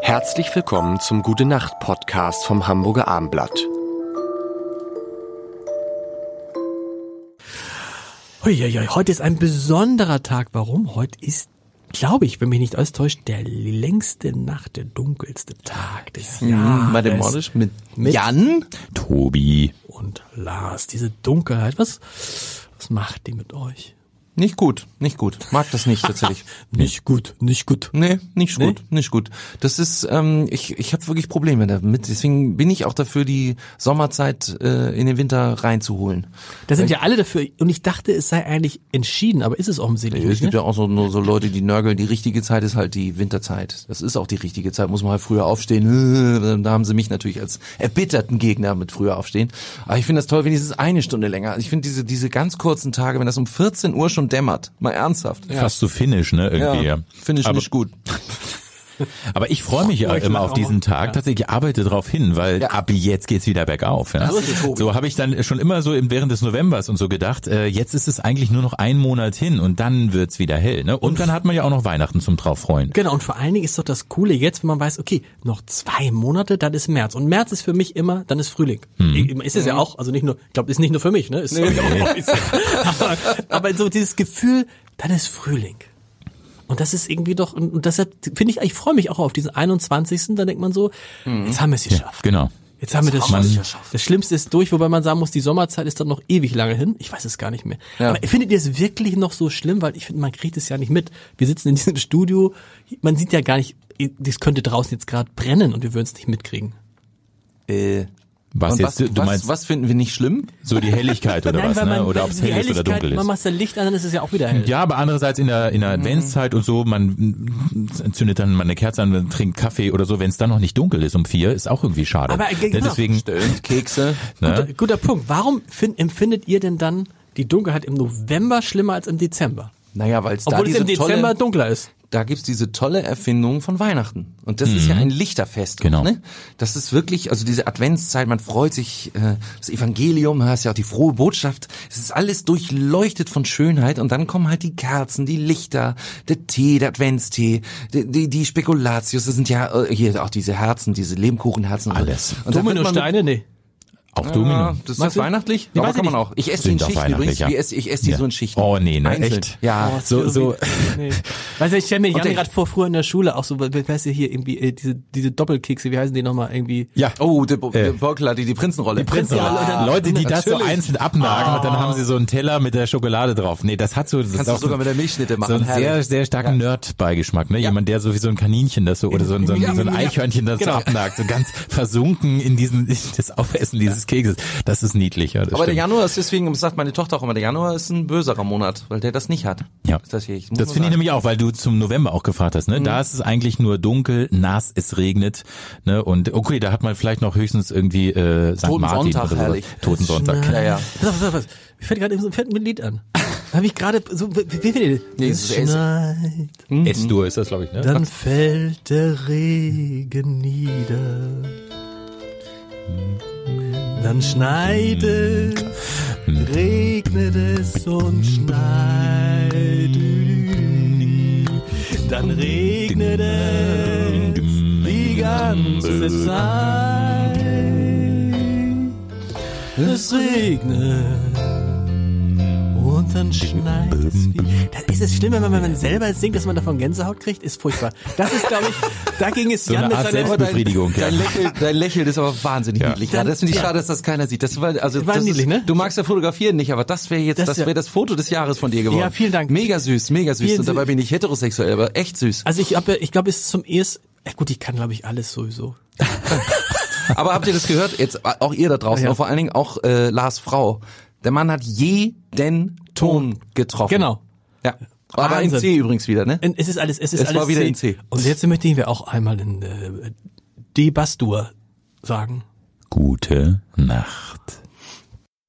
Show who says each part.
Speaker 1: Herzlich willkommen zum Gute Nacht Podcast vom Hamburger Armblatt.
Speaker 2: Uiuiui, heute ist ein besonderer Tag. Warum? Heute ist, glaube ich, wenn mich nicht alles täuscht, der längste Nacht, der dunkelste Tag des Jahres.
Speaker 3: Warte, Mordisch Mhm, mit, Jan? Tobi.
Speaker 2: Und Lars, diese Dunkelheit, was, was macht die mit euch?
Speaker 3: Nicht gut, nicht gut. Mag das nicht tatsächlich.
Speaker 2: Nicht gut, nicht gut.
Speaker 3: Nee, nicht gut, nicht gut. Das ist, ähm, ich, ich habe wirklich Probleme damit. Deswegen bin ich auch dafür, die Sommerzeit äh, in den Winter reinzuholen.
Speaker 2: Da sind ja alle dafür. Und ich dachte, es sei eigentlich entschieden, aber ist es offensichtlich
Speaker 3: Es
Speaker 2: nicht.
Speaker 3: gibt
Speaker 2: Ne?
Speaker 3: ja auch so, nur so Leute, die nörgeln. Die richtige Zeit ist halt die Winterzeit. Das ist auch die richtige Zeit. Muss man halt früher aufstehen. Da haben sie mich natürlich als erbitterten Gegner mit früher aufstehen. Aber ich finde das toll, wenigstens eine Stunde länger. Also Ich finde diese, diese ganz kurzen Tage, wenn das um 14 Uhr schon dämmert. Mal ernsthaft.
Speaker 4: Fast so finnisch, ne? Irgendwie. Ja.
Speaker 3: Finde ich
Speaker 4: aber,
Speaker 3: nicht gut.
Speaker 4: Aber ich freue mich ja
Speaker 2: ich
Speaker 4: immer
Speaker 2: auch.
Speaker 4: auf diesen Tag. Tatsächlich arbeite drauf hin, weil
Speaker 3: Ja.
Speaker 4: ab jetzt geht's wieder bergauf. Ja?
Speaker 2: Das ist es, Tobi.
Speaker 4: So habe ich dann schon immer so im- während des Novembers und so gedacht. Äh, jetzt ist es eigentlich nur noch ein Monat hin und dann wird's wieder hell. Ne? Und dann hat man ja auch noch Weihnachten zum drauf freuen.
Speaker 2: Genau, und vor allen Dingen ist doch das Coole jetzt, wenn man weiß, okay, noch zwei Monate, dann ist März. Und März ist für mich immer, dann ist Frühling. Ist es ja auch, also nicht nur, ich glaube, ist nicht nur für mich, ne? Ist glaub ich, auch aber, aber so dieses Gefühl, dann ist Frühling. Und das ist irgendwie doch, und und deshalb finde ich, ich freue mich auch auf diesen 21. Da denkt man so, jetzt haben wir es
Speaker 4: Ja,
Speaker 2: geschafft.
Speaker 4: genau.
Speaker 2: Jetzt haben wir das,
Speaker 3: haben wir's
Speaker 2: Sch-
Speaker 3: geschafft.
Speaker 2: das Schlimmste ist durch, wobei man sagen muss, die Sommerzeit ist dann noch ewig lange hin. Ich weiß es gar nicht mehr. Aber findet ihr es wirklich noch so schlimm? Weil ich finde, man kriegt es ja nicht mit. Wir sitzen in diesem Studio, man sieht ja gar nicht, das könnte draußen jetzt gerade brennen und wir würden es nicht mitkriegen.
Speaker 3: Äh,
Speaker 4: Was
Speaker 3: und
Speaker 4: jetzt?
Speaker 3: was,
Speaker 4: du
Speaker 3: was,
Speaker 4: meinst
Speaker 3: was finden wir nicht schlimm?
Speaker 4: so die Helligkeit oder was?
Speaker 2: weil
Speaker 4: Ne?
Speaker 2: man,
Speaker 4: Oder
Speaker 2: weil
Speaker 4: ob es
Speaker 2: die
Speaker 4: hell ist oder
Speaker 2: Helligkeit,
Speaker 4: dunkel ist.
Speaker 2: Man macht Mhm. das Licht an, dann ist es ja auch wieder hell.
Speaker 4: Ja, aber andererseits in der, in der Adventszeit und so, man zündet dann mal eine Kerze an, trinkt Kaffee oder so, wenn es dann noch nicht dunkel ist um vier, ist auch irgendwie schade.
Speaker 2: Aber, äh,
Speaker 4: Ne,
Speaker 2: genau.
Speaker 4: Deswegen,
Speaker 3: Stimmt, Kekse.
Speaker 4: ne?
Speaker 2: Guter, guter Punkt. Warum fin- empfindet ihr denn dann die Dunkelheit im November schlimmer als im Dezember?
Speaker 3: Naja, weil es da
Speaker 2: Obwohl es
Speaker 3: diese
Speaker 2: im Dezember
Speaker 3: tolle,
Speaker 2: dunkler ist.
Speaker 3: da gibt's diese tolle Erfindung von Weihnachten. Und das ist ja ein Lichterfest. auch,
Speaker 4: Genau.
Speaker 3: Ne? Das ist wirklich, also diese Adventszeit, man freut sich, äh, das Evangelium, hast ja auch die frohe Botschaft. Es ist alles durchleuchtet von Schönheit und dann kommen halt die Kerzen, die Lichter, der Tee, der Adventstee, die, die, die Spekulatius, das sind ja äh, hier auch diese Herzen, diese Lebkuchenherzen.
Speaker 4: Alles.
Speaker 3: Und da wird man mit-
Speaker 2: nee.
Speaker 4: Auch Domino.
Speaker 3: Ja, das ist
Speaker 2: Meinst
Speaker 3: das
Speaker 2: du?
Speaker 3: weihnachtlich?
Speaker 2: Nee,
Speaker 3: aber
Speaker 2: weiß ich
Speaker 3: kann man
Speaker 2: nicht.
Speaker 3: auch. Ich esse die in
Speaker 4: Sind doch
Speaker 3: Schichten übrigens.
Speaker 4: weihnachtlich, ja.
Speaker 3: Wir essen- Ich esse die
Speaker 4: Ja.
Speaker 3: so in Schichten.
Speaker 4: Oh, nee, ne?
Speaker 3: Einzeln.
Speaker 4: Echt?
Speaker 3: Ja.
Speaker 4: So, so,
Speaker 2: Nee. Weißt du, ich stelle mir Jan
Speaker 3: der-
Speaker 2: gerade vor, früher in der Schule auch so, we- we- weißt du, hier irgendwie äh, diese, diese Doppelkekse, wie heißen die nochmal irgendwie?
Speaker 4: ja.
Speaker 3: Oh, der, Bo-
Speaker 4: Äh.
Speaker 3: der Burkle hatte die Prinzenrolle. Die
Speaker 2: Prinzenrolle.
Speaker 3: Ja.
Speaker 2: dann-
Speaker 4: Leute, die das so
Speaker 3: Natürlich. Ah.
Speaker 4: einzeln abnagen und dann haben sie so einen Teller mit der Schokolade drauf. Nee, das hat so, das
Speaker 3: Kannst
Speaker 4: ist
Speaker 3: du
Speaker 4: auch
Speaker 3: sogar mit der Milchschnitte
Speaker 4: so
Speaker 3: machen.
Speaker 4: einen sehr,
Speaker 3: herrlich.
Speaker 4: sehr starken Nerd-Beigeschmack, ne? Jemand, der so wie so ein Kaninchen das so, oder so ein, so ein, so ein Eichhörnchen das
Speaker 2: Genau.
Speaker 4: so abnagt, so ganz versunken in diesen, in das Aufessen dieses Kekses. Das ist niedlich, ja. Das
Speaker 3: Aber der
Speaker 4: stimmt.
Speaker 3: Januar ist deswegen, sagt meine Tochter auch immer, der Januar ist ein böserer Monat, weil der das nicht hat.
Speaker 4: Ja.
Speaker 3: Ist Das, hier, ich muss
Speaker 4: Das
Speaker 3: mal
Speaker 4: finde ich
Speaker 3: sagen. Mhm.
Speaker 4: nämlich auch, weil du zum November auch gefragt hast, ne? Da ist es eigentlich nur dunkel, nass, es regnet, ne? Und okay, da hat man vielleicht noch höchstens irgendwie äh, St.
Speaker 3: Toten
Speaker 4: Martin
Speaker 3: Sonntag,
Speaker 4: oder sowas.
Speaker 3: herrlich.
Speaker 4: Toten Sonntag.
Speaker 3: Ja, ja.
Speaker 2: Pass auf, pass auf, pass auf. Mir fällt gerade eben so ein fettes Lied an. Da habe ich gerade so, wie, wie, wie, wie
Speaker 3: Nee,
Speaker 2: es
Speaker 3: es ist-
Speaker 2: schneit,
Speaker 4: Estur ist das, glaube ich, ne?
Speaker 2: dann fällt der Regen nieder. Dann schneit es, regnet es und schneit. Dann regnet es die ganze Zeit. Es regnet. Und dann schneit es wie. Das ist es schlimm, wenn man, wenn man selber es singt, dass man davon Gänsehaut kriegt, ist furchtbar. Das ist, glaube ich, da ging es
Speaker 4: So
Speaker 2: Jan
Speaker 4: eine
Speaker 2: mit
Speaker 4: Art
Speaker 2: seiner-
Speaker 3: Aber dein,
Speaker 4: Befriedigung, ja.
Speaker 3: dein, Lächeln, dein Lächeln ist aber wahnsinnig niedlich. Ja, das finde ich schade, dass das keiner sieht. Das war, also,
Speaker 2: War
Speaker 3: das
Speaker 2: niedlich,
Speaker 3: ist,
Speaker 2: ne?
Speaker 3: Du magst ja fotografieren nicht, aber das wäre jetzt,
Speaker 2: Das
Speaker 3: das,
Speaker 2: wär-
Speaker 3: wäre das Foto des Jahres von dir geworden.
Speaker 2: Ja, vielen Dank.
Speaker 3: Mega süß, mega süß.
Speaker 2: Vielen
Speaker 3: Und dabei
Speaker 2: Sü-
Speaker 3: bin ich heterosexuell, aber echt süß.
Speaker 2: Also ich habe, ich glaube, es ist zum ersten. Äh, gut, ich kann, glaube ich, alles sowieso.
Speaker 3: Aber habt ihr das gehört? Jetzt auch ihr da draußen,
Speaker 2: Ja.
Speaker 3: und vor allen Dingen auch äh, Lars Frau. Der Mann hat jeden Ton getroffen.
Speaker 2: Genau.
Speaker 3: Ja. Aber in
Speaker 2: Wahnsinn.
Speaker 3: C übrigens wieder, ne?
Speaker 2: Und Es ist alles, es ist
Speaker 3: Es
Speaker 2: alles
Speaker 3: war wieder in C.
Speaker 2: Und jetzt möchte ich mir auch einmal in äh, D-Bastur sagen.
Speaker 4: Gute Nacht.